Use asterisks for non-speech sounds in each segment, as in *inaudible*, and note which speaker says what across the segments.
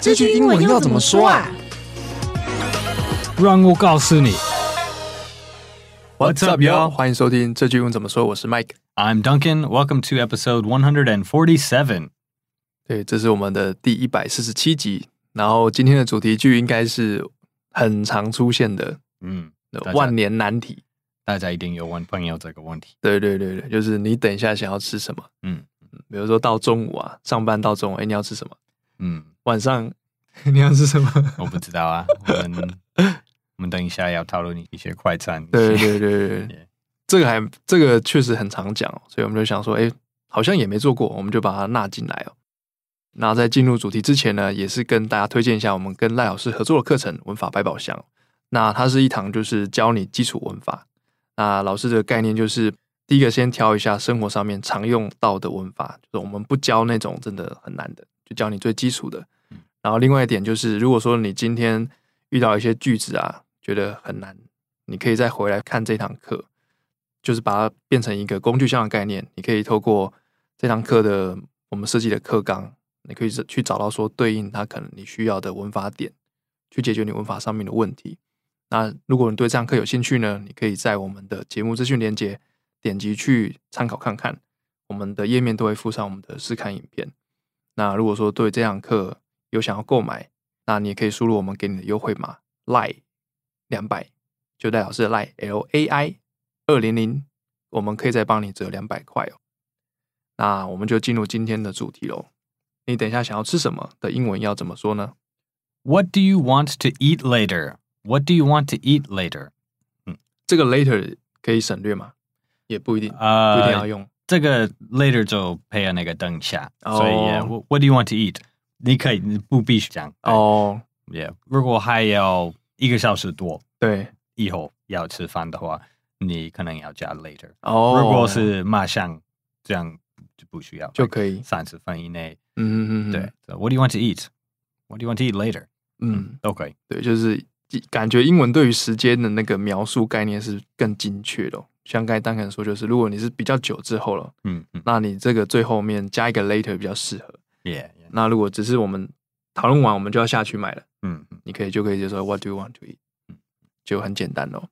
Speaker 1: 这句英文要怎么说啊？
Speaker 2: 让我告诉你
Speaker 3: What's up, y'all？欢迎收听这句英文怎么说，我是 Mike。
Speaker 2: ，I'm Duncan. Welcome to episode 147.
Speaker 3: 对，这是我们的第一百四十七集。然后今天的主题句应该是很常出现的
Speaker 2: 嗯，
Speaker 3: 呃
Speaker 2: 大家
Speaker 3: 万年难题。
Speaker 2: 大家一定有问朋友这个问题。
Speaker 3: *laughs* 对对对对，就是你等一下想要吃什么？
Speaker 2: 嗯
Speaker 3: 比如说到中午啊，上班到中午，哎，你要吃什么？
Speaker 2: 嗯，
Speaker 3: 晚上 *laughs* 你要吃什么？
Speaker 2: 我不知道啊，我们我们等一下要讨论一些快餐。 *laughs*
Speaker 3: 对对对对对
Speaker 2: Yeah，
Speaker 3: 这个还这个确实很常讲哦，所以我们就想说，哎，好像也没做过，我们就把它纳进来哦。那在进入主题之前呢，也是跟大家推荐一下我们跟赖老师合作的课程《文法百宝箱》。那它是一堂就是教你基础文法。那老师的概念就是，第一个先挑一下生活上面常用到的文法，就是我们不教那种真的很难的，就教你最基础的。然后另外一点就是，如果说你今天遇到一些句子啊，觉得很难，你可以再回来看这堂课，就是把它变成一个工具箱的概念。你可以透过这堂课的我们设计的课纲，你可以去找到说对应它可能你需要的文法点，去解决你文法上面的问题。那如果你对这堂课有兴趣呢，你可以在我们的节目资讯连接点击去参考看看，我们的页面都会附上我们的试看影片。那如果说对这堂课有想要购买，那你也可以输入我们给你的优惠码 “lie 两百”，就赖老师的 “lie L A I 二零零”，我们可以再帮你折两百块哦。那我们就进入今天的主题喽。你等一下想要吃什么的英文要怎么说呢？
Speaker 2: What do you want to eat later? What do you want to eat later?
Speaker 3: 这个 later 可以省略吗？也不一定，不一定要
Speaker 2: 呃，
Speaker 3: 用。
Speaker 2: 这个 later 就配合那个等下，
Speaker 3: 哦
Speaker 2: 所以 yeah, what what do you want to eat？你可以你不必须讲
Speaker 3: 哦，
Speaker 2: Yeah，如果还有一个小时多
Speaker 3: 对，
Speaker 2: 以后要吃饭的话，你可能要加 later。
Speaker 3: 哦，
Speaker 2: 如果是马上，这样就不需要，
Speaker 3: 就可以，
Speaker 2: 三十分以内。
Speaker 3: 嗯嗯嗯，
Speaker 2: 对、，So what do you want to eat? What do you want to eat later?
Speaker 3: 嗯，
Speaker 2: 都可以。
Speaker 3: 对，就是感觉英文对于时间的那个描述概念是更精确的哦、像刚才丹肯说，就是如果你是比较久之后了，
Speaker 2: 嗯嗯
Speaker 3: 那你这个最后面加一个 later 比较适合。
Speaker 2: ，Yeah，, yeah
Speaker 3: 那如果只是我们讨论完，我们就要下去买了，
Speaker 2: 嗯嗯
Speaker 3: 你可以就可以就说 What do you want to eat？就嗯很简单咯。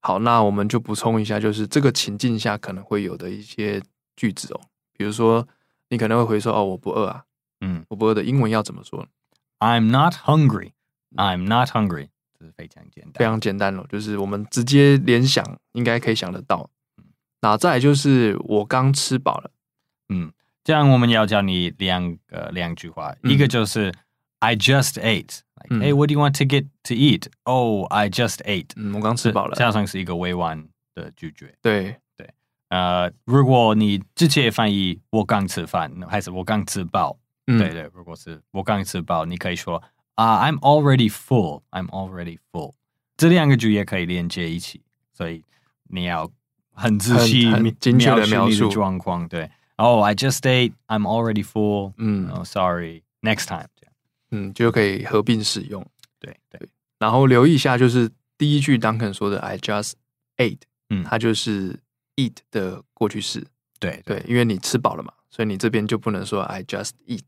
Speaker 3: 好，那我们就补充一下，就是这个情境下可能会有的一些句子哦，比如说你可能会回说哦我不饿啊，
Speaker 2: 嗯
Speaker 3: 我不饿的英文要怎么说？
Speaker 2: ，I'm not hungry. I'm not hungry. 这是非常简单。
Speaker 3: 非常简单了，就是我们直接联想，应该可以想得到。那再来就是我刚吃饱了，
Speaker 2: 嗯，这样我们要教你两个两句话，一个就是 I just ate。Like,
Speaker 3: 嗯
Speaker 2: Hey, what do you want to get to eat? Oh, I just ate.
Speaker 3: 嗯，我刚吃饱了，
Speaker 2: 加上是一个委婉的拒绝。
Speaker 3: 对，
Speaker 2: 呃，如果你直接翻译“我刚吃饭”还是“我刚吃饱”，
Speaker 3: 嗯，
Speaker 2: 对对，如果是“我刚吃饱”，你可以说啊、i m already full. I'm already full.” 这两个句也可以连接一起，所以你要很仔细
Speaker 3: 很很精确地
Speaker 2: 描
Speaker 3: 描
Speaker 2: 述
Speaker 3: 述
Speaker 2: 你的状况。对，“Oh, I just ate. I'm already full.
Speaker 3: 嗯
Speaker 2: Oh, sorry. Next time.” 这样，
Speaker 3: 嗯，就可以合并使用。
Speaker 2: 对对，
Speaker 3: 然后留意一下，就是第一句 Duncan 说的 “I just ate”，
Speaker 2: 嗯
Speaker 3: 它就是 “eat” 的过去式，
Speaker 2: 对对
Speaker 3: 对，因为你吃饱了嘛，所以你这边就不能说 “I just eat”。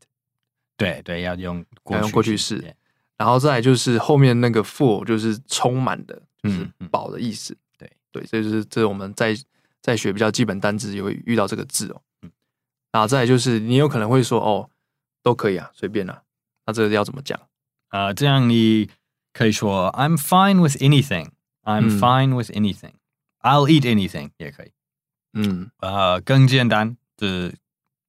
Speaker 2: 对对，要用
Speaker 3: 要用过去式
Speaker 2: 对
Speaker 3: 然后再来就是后面那个 “full” 就是充满的，就是
Speaker 2: 嗯嗯
Speaker 3: 饱的意思。
Speaker 2: 对
Speaker 3: 对，这就是这我们在在学比较基本单词也会遇到这个字哦。嗯，然后再来就是你有可能会说哦，都可以啊，随便啊。那这个要怎么讲？
Speaker 2: 呃，这样你可以说 I'm fine with anything. I'm
Speaker 3: 嗯
Speaker 2: fine with anything. I'll eat anything 也可以。
Speaker 3: 嗯，
Speaker 2: 呃，uh, 更简单的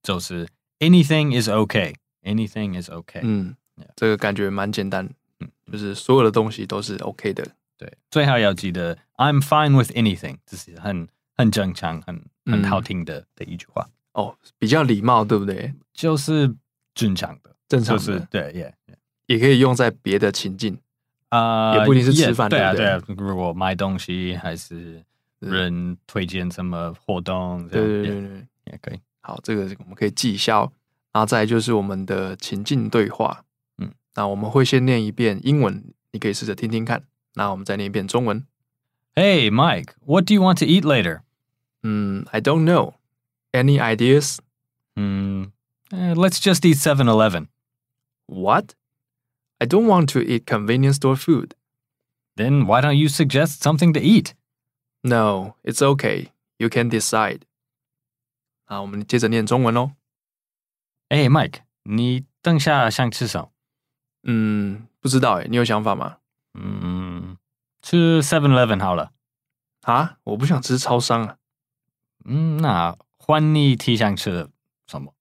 Speaker 2: 就是 anything is okay. Anything is okay.
Speaker 3: 嗯
Speaker 2: Yeah，
Speaker 3: 这个感觉蛮简单，
Speaker 2: 哎嗯
Speaker 3: 就是所有的东西都是 OK 的。
Speaker 2: 对，最好要记得 I'm fine with anything，这是很很正常、很很
Speaker 3: 嗯
Speaker 2: 好听的、的一句话，
Speaker 3: 哦，比较礼貌，对不对？
Speaker 2: 就是正常的，
Speaker 3: 正常
Speaker 2: 就
Speaker 3: 的，
Speaker 2: 是对，yeah, yeah。
Speaker 3: 也可以用在别的情境。
Speaker 2: 啊，
Speaker 3: 也不一定是吃饭
Speaker 2: yeah，对啊，
Speaker 3: 对
Speaker 2: 对啊
Speaker 3: 不。
Speaker 2: 如果买东西还是
Speaker 3: 嗯
Speaker 2: 人推荐什么活动，这
Speaker 3: 对对
Speaker 2: 样
Speaker 3: 对
Speaker 2: 啊 yeah，
Speaker 3: 对对。
Speaker 2: 也可以。
Speaker 3: 好，这个我们可以记一下、哦。然后再来就是我们的情境对话，
Speaker 2: 嗯，
Speaker 3: 那我们会先念一遍英文，你可以试着听听看。那我们再念一遍中文。
Speaker 2: Hey, Mike, what do you want to eat later?
Speaker 3: 嗯，I don't know. Any ideas?
Speaker 2: Hmm. eh, let's just eat 7 Eleven.
Speaker 3: What? I don't want to eat convenience store food.
Speaker 2: Then why don't you suggest something to eat?
Speaker 3: No, it's okay. You can decide. 好，我们接着念中文喽。
Speaker 2: 哎、m i k e 你等下想吃什么？
Speaker 3: 嗯，不知道哎，你有想法吗？
Speaker 2: 嗯，吃 Seven Eleven 好了。
Speaker 3: 啊，我不想吃超商啊。
Speaker 2: 嗯，那换你提想吃的
Speaker 3: *laughs*
Speaker 2: 什么？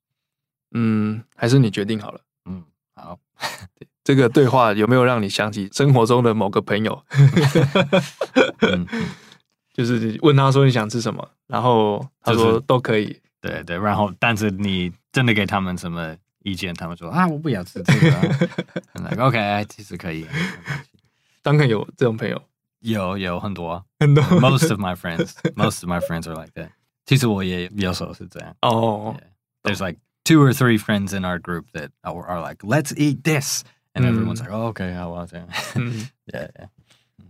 Speaker 3: 嗯，还是你决定好了。
Speaker 2: 嗯，好，
Speaker 3: 这个对话有没有让你想起生活中的某个朋友？ *laughs*
Speaker 2: 嗯，嗯
Speaker 3: 就是你问他说你想吃什么，然后他
Speaker 2: 就是
Speaker 3: 说都可以。
Speaker 2: 对对，然后但是你真的给他们什么意见？他们说啊，我不要吃这个、啊。
Speaker 3: *laughs*
Speaker 2: I'm like OK，其实可以。没关系
Speaker 3: 当然有这种朋友，
Speaker 2: 有有很多啊
Speaker 3: 很多
Speaker 2: ，most of my friends，most of my friends are like that。其实我也有时候是这样。
Speaker 3: 哦 Oh.
Speaker 2: Yeah. There's like two or three friends in our group that are, are like, let's eat this. And
Speaker 3: Mm.
Speaker 2: everyone's like, oh, okay, I want it.
Speaker 3: 嗯，
Speaker 2: yeah, yeah.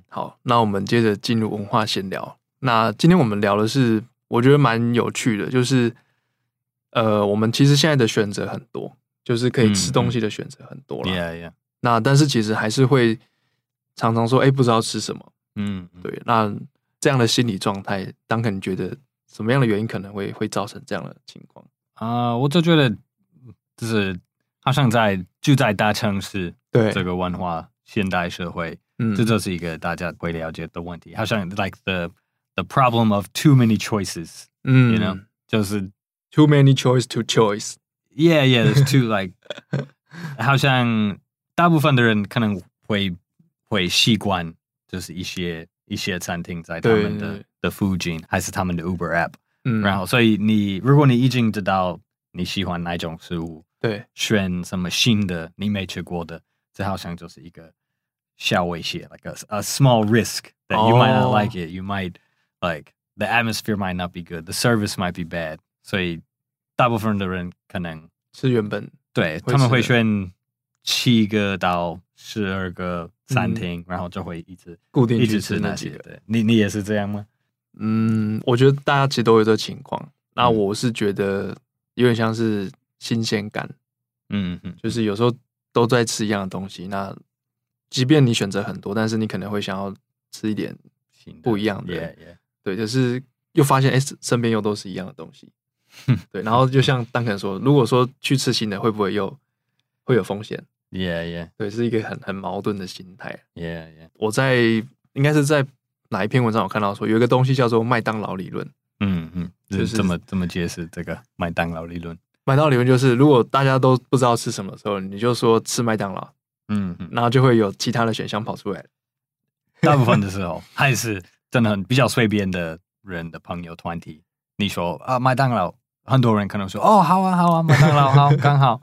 Speaker 3: 好，那我们接着进入文化闲聊。那今天我们聊的是，我觉得蛮有趣的，就是呃，我们其实现在的选择很多，就是可以吃
Speaker 2: 嗯
Speaker 3: 东西的选择很多了。
Speaker 2: *laughs* Yeah, yeah.
Speaker 3: 那但是其实还是会常常说，哎、不知道吃什么。
Speaker 2: Mm. mm.
Speaker 3: 对，那这样的心理状态，当肯觉得什么样的原因可能会会造成这样的情况？
Speaker 2: 啊，Uh, 我就觉得就是好像在住在大城市
Speaker 3: 对
Speaker 2: 这个文化现代社会，
Speaker 3: 嗯
Speaker 2: 这就是一个大家会了解的问题。好像 like the the problem of too many choices，
Speaker 3: 嗯
Speaker 2: you know，就是
Speaker 3: too many choice to choice，
Speaker 2: yeah yeah there's two like 好像大部分的人可能会会习惯就是一些一些餐厅在他们
Speaker 3: 对对
Speaker 2: 的
Speaker 3: 对
Speaker 2: 的附近，还是他们的 Uber app，、
Speaker 3: 嗯，
Speaker 2: 然后所以你如果你已经知道你喜欢哪种食物。
Speaker 3: 对，
Speaker 2: 选什么新的你没吃过的，这好像就是一个小威胁，like a a small risk that you might not
Speaker 3: 哦
Speaker 2: like it, you might like the atmosphere might not be good, the service might be bad，所以大部分的人可能
Speaker 3: 是原本
Speaker 2: 对
Speaker 3: 会
Speaker 2: 他们会
Speaker 3: 是的
Speaker 2: 选七个到十二个餐厅，然后就会一直
Speaker 3: 嗯固定
Speaker 2: 一
Speaker 3: 去
Speaker 2: 直吃
Speaker 3: 那
Speaker 2: 那
Speaker 3: 几
Speaker 2: 些。
Speaker 3: 个。
Speaker 2: 对，你你也是这样吗？
Speaker 3: 嗯，我觉得大家其实都有这情况。那
Speaker 2: 嗯
Speaker 3: 我是觉得有点像是新鲜感，
Speaker 2: 嗯嗯
Speaker 3: 就是有时候都在吃一样的东西。那即便你选择很多，但是你可能会想要吃一点，
Speaker 2: 嗯，
Speaker 3: 不一样的
Speaker 2: Yeah, yeah.
Speaker 3: 对，就是又发现哎、诶身边又都是一样的东西。对，然后就像丹肯说，如果说去吃新的，会不会又会有风险？
Speaker 2: Yeah, yeah,
Speaker 3: 对，是一个很很矛盾的心态。
Speaker 2: yeah, yeah.
Speaker 3: 我在应该是在哪一篇文章有看到说，有一个东西叫做麦当劳理论。
Speaker 2: 嗯嗯，
Speaker 3: 就
Speaker 2: 就是是这么这么解释这个麦当劳理论。
Speaker 3: 麦当劳理论就是，如果大家都不知道吃什么的时候，你就说吃麦当劳，
Speaker 2: 嗯嗯。
Speaker 3: 然后就会有其他的选项跑出来。
Speaker 2: 大部分的时候 *laughs* 还是真的很比较随便的人的朋友团体。你说啊，麦当劳，很多人可能说哦，好啊，好啊，麦当劳好，
Speaker 3: *laughs*
Speaker 2: 刚好，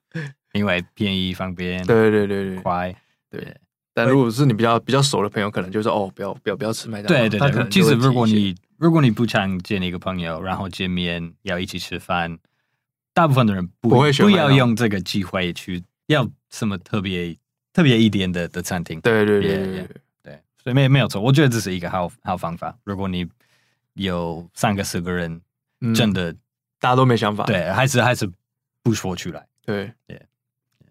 Speaker 2: 因为便宜、方便、
Speaker 3: 对对对对。
Speaker 2: 快，
Speaker 3: 对但如果是你比较比较熟的朋友，可能就说哦，不要不要不要吃麦当劳。
Speaker 2: 对对
Speaker 3: 他可
Speaker 2: 对。
Speaker 3: 能就
Speaker 2: 其
Speaker 3: 会
Speaker 2: 实如果
Speaker 3: 提一些
Speaker 2: 你如果你不常见一个朋友，然后见面要一起吃饭，大部分的人不
Speaker 3: 不会选
Speaker 2: 不
Speaker 3: 麦当
Speaker 2: 要
Speaker 3: 劳
Speaker 2: 用这个机会去要什么特别特别一点的的餐厅。
Speaker 3: 对对对
Speaker 2: Yeah,
Speaker 3: 对
Speaker 2: yeah. 对，所以没没有错，我觉得这是一个好好方法。如果你有三个四个人，
Speaker 3: 对，
Speaker 2: 真
Speaker 3: 的
Speaker 2: 的、
Speaker 3: 嗯大家都没想法。
Speaker 2: 对，还是还是不说出来。
Speaker 3: 对
Speaker 2: Yeah.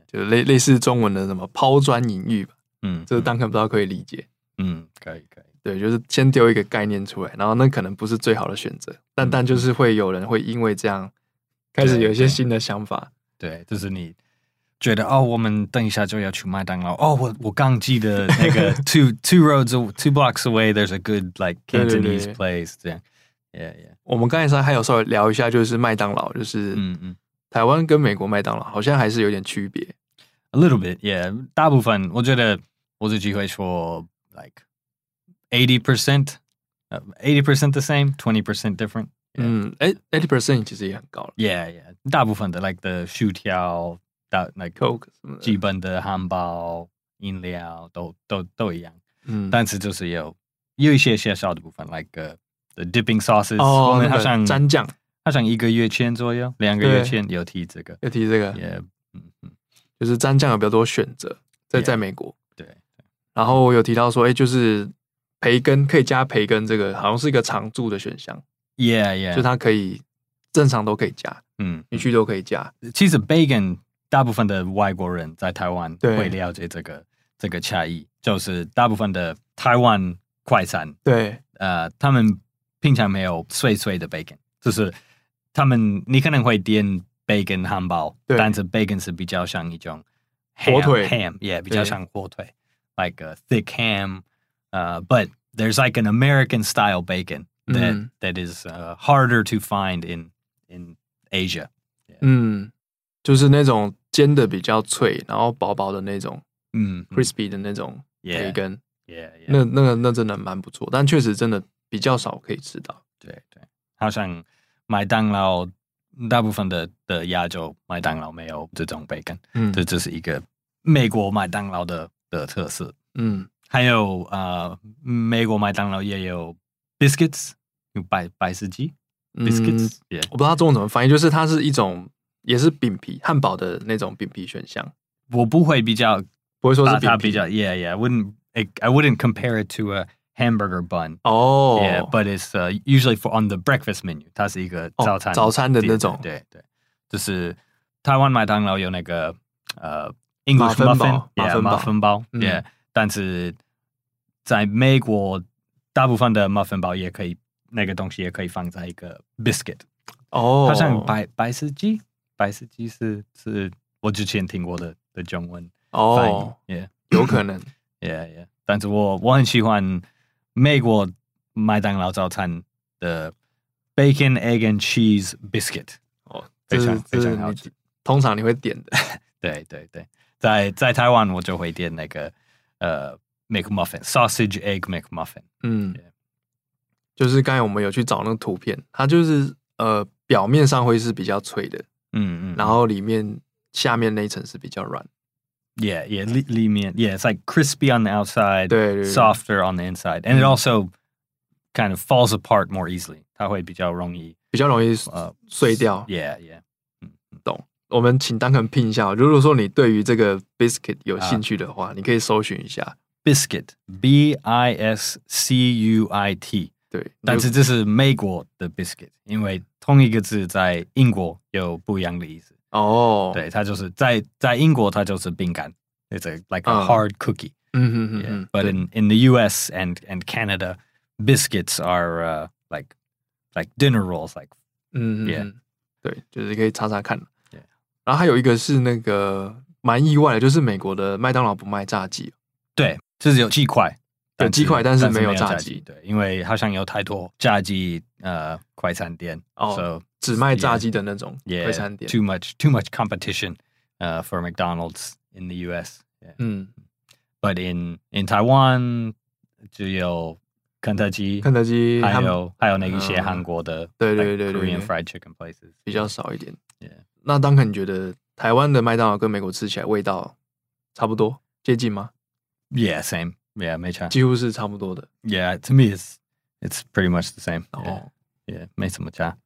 Speaker 3: 就类类似中文的什么抛砖引玉吧，
Speaker 2: 嗯，
Speaker 3: 这个当然不知道可以理解。
Speaker 2: 嗯，可以可以，
Speaker 3: 对，就是先丢一个概念出来，然后那可能不是最好的选择，但
Speaker 2: 嗯
Speaker 3: 但就是会有人会因为这样开始有一些新的想法。
Speaker 2: 对，就是你觉得哦，我们等一下就要去麦当劳哦，我我刚记得那个
Speaker 3: *laughs*
Speaker 2: two two roads two blocks away there's a good like
Speaker 3: 对对对
Speaker 2: Cantonese place 这样，yeah yeah，
Speaker 3: 我们刚才还有稍微聊一下，就是麦当劳，就是
Speaker 2: 嗯嗯
Speaker 3: 台湾跟美国麦当劳好像还是有点区别。
Speaker 2: ，a little bit yeah，大部分我觉得我自己会说 like eighty percent。Eighty percent the same, twenty percent different.
Speaker 3: 嗯，哎，eighty percent 其实也很高了
Speaker 2: Yeah, yeah. 大部分的 like the 薯条，大 like
Speaker 3: ，Coke 什么
Speaker 2: 基
Speaker 3: 的，
Speaker 2: 本的汉堡、饮料都都都一样，
Speaker 3: 嗯，
Speaker 2: 但是就是有有一些些少的部分，like、uh, the dipping sauces，、
Speaker 3: 哦
Speaker 2: 我，们
Speaker 3: 那
Speaker 2: 好
Speaker 3: 个
Speaker 2: 像
Speaker 3: 蘸酱
Speaker 2: 好像一个月前左右，两个
Speaker 3: 对
Speaker 2: 月前有提这个，
Speaker 3: 要提这个，
Speaker 2: 也、嗯嗯，
Speaker 3: 就是蘸酱有比较多选择，在
Speaker 2: Yeah
Speaker 3: 在美国。
Speaker 2: 对，
Speaker 3: 然后有提到说，哎，就是培根可以加培根，这个好像是一个常驻的选项，
Speaker 2: ，yeah yeah，
Speaker 3: 就它可以正常都可以加，
Speaker 2: 嗯，
Speaker 3: 你去都可以加。
Speaker 2: 其实 bacon 大部分的外国人在台湾
Speaker 3: 对
Speaker 2: 会了解这个这个差异，就是大部分的台湾快餐，
Speaker 3: 对，
Speaker 2: 呃，他们平常没有碎碎的 bacon，就是他们你可能会点 bacon 汉堡，
Speaker 3: 对
Speaker 2: 但是 bacon 是比较像一种 ham,
Speaker 3: 火腿
Speaker 2: ham，也、yeah, 比较
Speaker 3: 对
Speaker 2: 像火腿，like a thick ham，呃、b u t there's like an American style bacon that、
Speaker 3: 嗯
Speaker 2: that is、uh, harder to find in in Asia。
Speaker 3: 嗯，就是那种煎的比较脆，然后薄薄的那种
Speaker 2: 嗯
Speaker 3: crispy 的那种培
Speaker 2: Mm-hmm. Yeah,
Speaker 3: 根，
Speaker 2: yeah, yeah.
Speaker 3: 那那个那真的蛮不错，但确实真的比较少可以吃到。
Speaker 2: 对对，好像麦当劳大部分的的亚洲麦当劳没有这种 bacon，
Speaker 3: 嗯
Speaker 2: 这这是一个美国麦当劳的的特色。
Speaker 3: 嗯，
Speaker 2: 还有呃，美国麦当劳也有 biscuits，有百百事鸡
Speaker 3: 嗯
Speaker 2: biscuits，也、
Speaker 3: 我不知道中文怎么翻译，就是它是一种也是饼皮汉堡的那种饼皮选项，
Speaker 2: 我不会比较
Speaker 3: 不会说
Speaker 2: 把
Speaker 3: 是饼
Speaker 2: 它
Speaker 3: 皮
Speaker 2: 比较，yeah yeah，I wouldn't I, I wouldn't compare it to a hamburger bun。
Speaker 3: 哦
Speaker 2: Yeah, but it's uh, usually for on the breakfast menu. 它是一个
Speaker 3: 哦
Speaker 2: 早餐、
Speaker 3: 早餐的那种
Speaker 2: 对对，就是台湾麦当劳有那个呃 English
Speaker 3: 马芬
Speaker 2: muffin，
Speaker 3: 堡马
Speaker 2: yeah, 马
Speaker 3: 芬
Speaker 2: 芬包
Speaker 3: 嗯
Speaker 2: ，yeah，但是在美国大部分的马芬包也可以，那个东西也可以放在一个 biscuit，
Speaker 3: 哦，
Speaker 2: 好像白白丝鸡，白丝鸡是是我之前听过的的中文翻译
Speaker 3: 哦，
Speaker 2: ，yeah。
Speaker 3: 有可能 *laughs*
Speaker 2: Yeah, yeah. 但是我我很喜欢美国麦当劳早餐的 bacon, egg and cheese biscuit。
Speaker 3: 哦，
Speaker 2: 非
Speaker 3: 这是
Speaker 2: 常
Speaker 3: 这
Speaker 2: 非
Speaker 3: 是
Speaker 2: 常好
Speaker 3: 你
Speaker 2: 吃
Speaker 3: 通常你会点
Speaker 2: *laughs*
Speaker 3: 的
Speaker 2: 对对对，在在台湾我就会点那个呃 McMuffin, sausage egg McMuffin。
Speaker 3: 嗯
Speaker 2: Yeah，
Speaker 3: 就是刚才我们有去找那个图片，它就是呃表面上会是比较脆的，
Speaker 2: 嗯嗯，
Speaker 3: 然后里面下面那一层是比较软。
Speaker 2: yeah, yeah, 里里面 yeah, it's like crispy on the outside,
Speaker 3: 对对对
Speaker 2: softer on the inside, and it
Speaker 3: 嗯
Speaker 2: also kind of falls apart more easily. 它会比较容易
Speaker 3: 比较容易
Speaker 2: 呃
Speaker 3: 碎掉。
Speaker 2: Yeah, yeah.
Speaker 3: 我们请丹肯拼一下哦，如果说你对于这个 biscuit 有兴趣的话，你可以搜寻一下。
Speaker 2: Biscuit, B I S C U I T。
Speaker 3: 对，
Speaker 2: 但是
Speaker 3: 你就
Speaker 2: 这是美国的 biscuit，因为同一个字在英国有不一样的意思。
Speaker 3: 哦，，
Speaker 2: 对，它就是在在英国它就是饼干，it's a, like a
Speaker 3: 嗯
Speaker 2: hard cookie、
Speaker 3: 嗯哼哼
Speaker 2: Yeah,
Speaker 3: 哼，
Speaker 2: but
Speaker 3: 对
Speaker 2: in in the U.S. and and Canada, biscuits are、uh, like like dinner rolls, like
Speaker 3: 嗯嗯
Speaker 2: Yeah
Speaker 3: 嗯，对，就是可以查查看。
Speaker 2: Yeah
Speaker 3: 然后还有一个是那个蛮意外的，就是美国的麦当劳不卖炸鸡，
Speaker 2: 对，就是有鸡块，
Speaker 3: 有鸡块但是没有
Speaker 2: 有
Speaker 3: 炸鸡
Speaker 2: 鸡。对，因为好像有太多炸鸡呃快餐店，
Speaker 3: 哦
Speaker 2: so
Speaker 3: 只卖炸
Speaker 2: Yeah
Speaker 3: 鸡的那种
Speaker 2: yeah,
Speaker 3: 快餐店。
Speaker 2: too much too much competition uh, for McDonald's in the U.S. Yeah.
Speaker 3: 嗯，
Speaker 2: but in in Taiwan 只有肯德基，
Speaker 3: 肯德基
Speaker 2: 还
Speaker 3: 汉
Speaker 2: 有还有那一些
Speaker 3: 嗯
Speaker 2: 韩国的，
Speaker 3: 对对
Speaker 2: like
Speaker 3: 对对对
Speaker 2: Korean fried chicken places
Speaker 3: 比较少一点
Speaker 2: Yeah。
Speaker 3: 那当肯你觉得台湾的麦当劳跟美国吃起来味道差不多接近吗？
Speaker 2: yeah same yeah 没差
Speaker 3: 几乎是差不多的
Speaker 2: yeah to me it's it's pretty much the same
Speaker 3: 哦。
Speaker 2: yeah, yeah 没什么差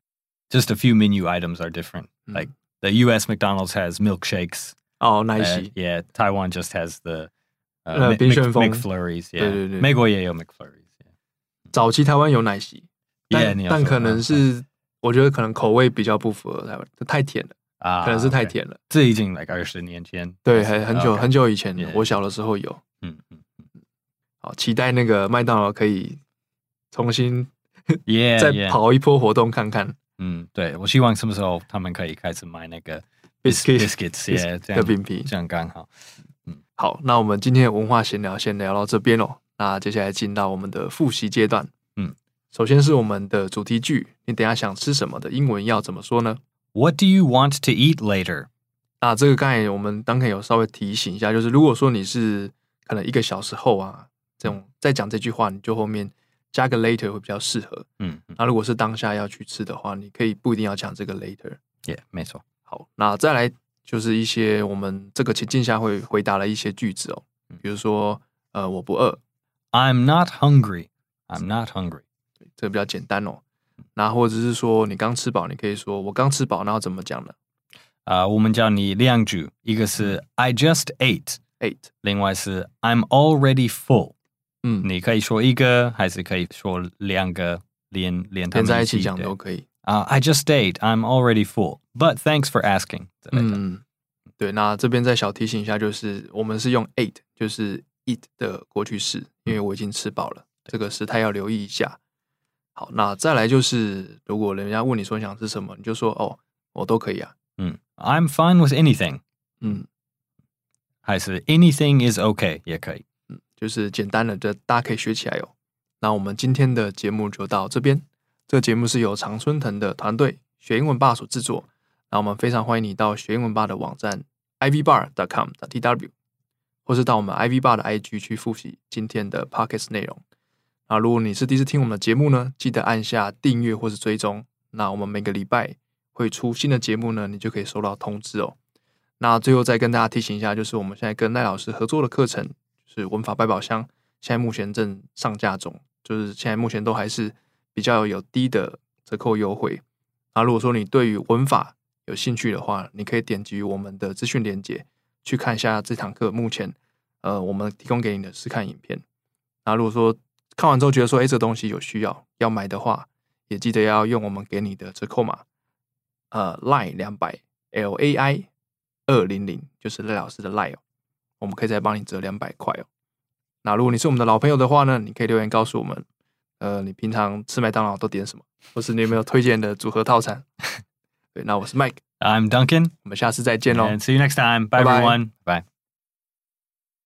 Speaker 2: just a few menu items are different
Speaker 3: 嗯
Speaker 2: like the U.S. McDonald's has milkshakes
Speaker 3: 哦，那一
Speaker 2: uh,
Speaker 3: 席
Speaker 2: yeah Taiwan just has the uh,
Speaker 3: 呃，
Speaker 2: Mc-
Speaker 3: 冰
Speaker 2: Mc-
Speaker 3: 旋风
Speaker 2: McFlurries
Speaker 3: 对对
Speaker 2: yeah
Speaker 3: 对
Speaker 2: 美国也有 McFlurries
Speaker 3: 早期台湾有奶昔，
Speaker 2: yeah
Speaker 3: 但
Speaker 2: Yeah，你要
Speaker 3: 但
Speaker 2: 说
Speaker 3: 可能
Speaker 2: 嗯
Speaker 3: 是我觉得可能口味比较不符合台湾，太甜了，
Speaker 2: 啊
Speaker 3: 可能是太
Speaker 2: OK
Speaker 3: 甜了。
Speaker 2: 这已经 Ah, like 二十年前，
Speaker 3: 对，很很久
Speaker 2: OK
Speaker 3: 很久以前
Speaker 2: Yeah，
Speaker 3: 我小的时候有。
Speaker 2: 嗯嗯
Speaker 3: 好，期待那个麦当劳可以重新 *laughs*
Speaker 2: ，Yeah，
Speaker 3: 再
Speaker 2: yeah
Speaker 3: 跑一波活动看看
Speaker 2: 嗯，对，我希望什么时候他们可以开始卖那个
Speaker 3: Biscuit-
Speaker 2: biscuits，yeah，这
Speaker 3: 的
Speaker 2: 样
Speaker 3: 饼皮。
Speaker 2: 这样刚好。
Speaker 3: 好，那我们今天的文化闲聊先聊到这边喽。那接下来进到我们的复习阶段。
Speaker 2: 嗯，
Speaker 3: 首先是我们的主题句，你等一下想吃什么的英文要怎么说呢？
Speaker 2: What do you want to eat later？
Speaker 3: 那这个刚才我们当肯有稍微提醒一下，就是如果说你是可能一个小时后啊，这种再讲这句话，你就后面加个 later 会比较适合。
Speaker 2: 嗯嗯
Speaker 3: 那如果是当下要去吃的话，你可以不一定要讲这个 later。
Speaker 2: ，Yeah，没错。
Speaker 3: 好，那再来就是一些我们这个情境下会回答的一些句子哦，比如说呃我不饿，
Speaker 2: I'm not hungry. I'm not hungry.
Speaker 3: 这个比较简单哦。那或者是说你刚吃饱，你可以说我刚吃饱，然后怎么讲呢
Speaker 2: 啊、我们叫你两句，一个是 I just ate，
Speaker 3: ？Eight，
Speaker 2: 另外是 I'm already full。
Speaker 3: 嗯，
Speaker 2: 你可以说一个，还是可以说两个，连连他
Speaker 3: 连
Speaker 2: 们
Speaker 3: 在一起讲
Speaker 2: 对
Speaker 3: 都可以。
Speaker 2: 啊、i just ate. I'm already full. But thanks for asking. 之类的
Speaker 3: 嗯，对，那这边再小提醒一下，就是我们是用 ate，就是 eat 的过去式，因
Speaker 2: 嗯
Speaker 3: 为我已经吃饱了，这个时态要留意一下。好，那再来就是，如果人家问你说你想吃什么，你就说哦，我都可以啊。
Speaker 2: 嗯，I'm fine with anything，
Speaker 3: 嗯
Speaker 2: 还是 anything is okay 也可以。
Speaker 3: 嗯，就是简单的，这大家可以学起来哦。那我们今天的节目就到这边。这个节目是由常春藤的团队学英文吧所制作。那我们非常欢迎你到学英文吧的网站 ivbar.com.tw，或是到我们 ivbar 的 IG 去复习今天的 podcast 内容。啊，如果你是第一次听我们的节目呢，记得按下订阅或是追踪。那我们每个礼拜会出新的节目呢，你就可以收到通知哦。那最后再跟大家提醒一下，就是我们现在跟赖老师合作的课程，就是文法百宝箱，现在目前正上架中，就是现在目前都还是比较有低的折扣优惠。那如果说你对于文法有兴趣的话，你可以点击我们的资讯连接去看一下这堂课目前呃我们提供给你的试看影片。那如果说看完之后觉得说，哎，这东西有需要要买的话，也记得要用我们给你的折扣码，呃，line 两百 L A I 二零零，就是赖老师的 line 哦，我们可以再帮你折两百块哦。那如果你是我们的老朋友的话呢，你可以留言告诉我们，呃，你平常吃麦当劳都点什么，或是你有没有推荐的组合套餐？ *laughs* 对，那我是 Mike，
Speaker 2: I'm Duncan，
Speaker 3: 我们下次再见喽。
Speaker 2: and see you next time. Bye,
Speaker 3: Bye-bye.
Speaker 2: everyone. Bye.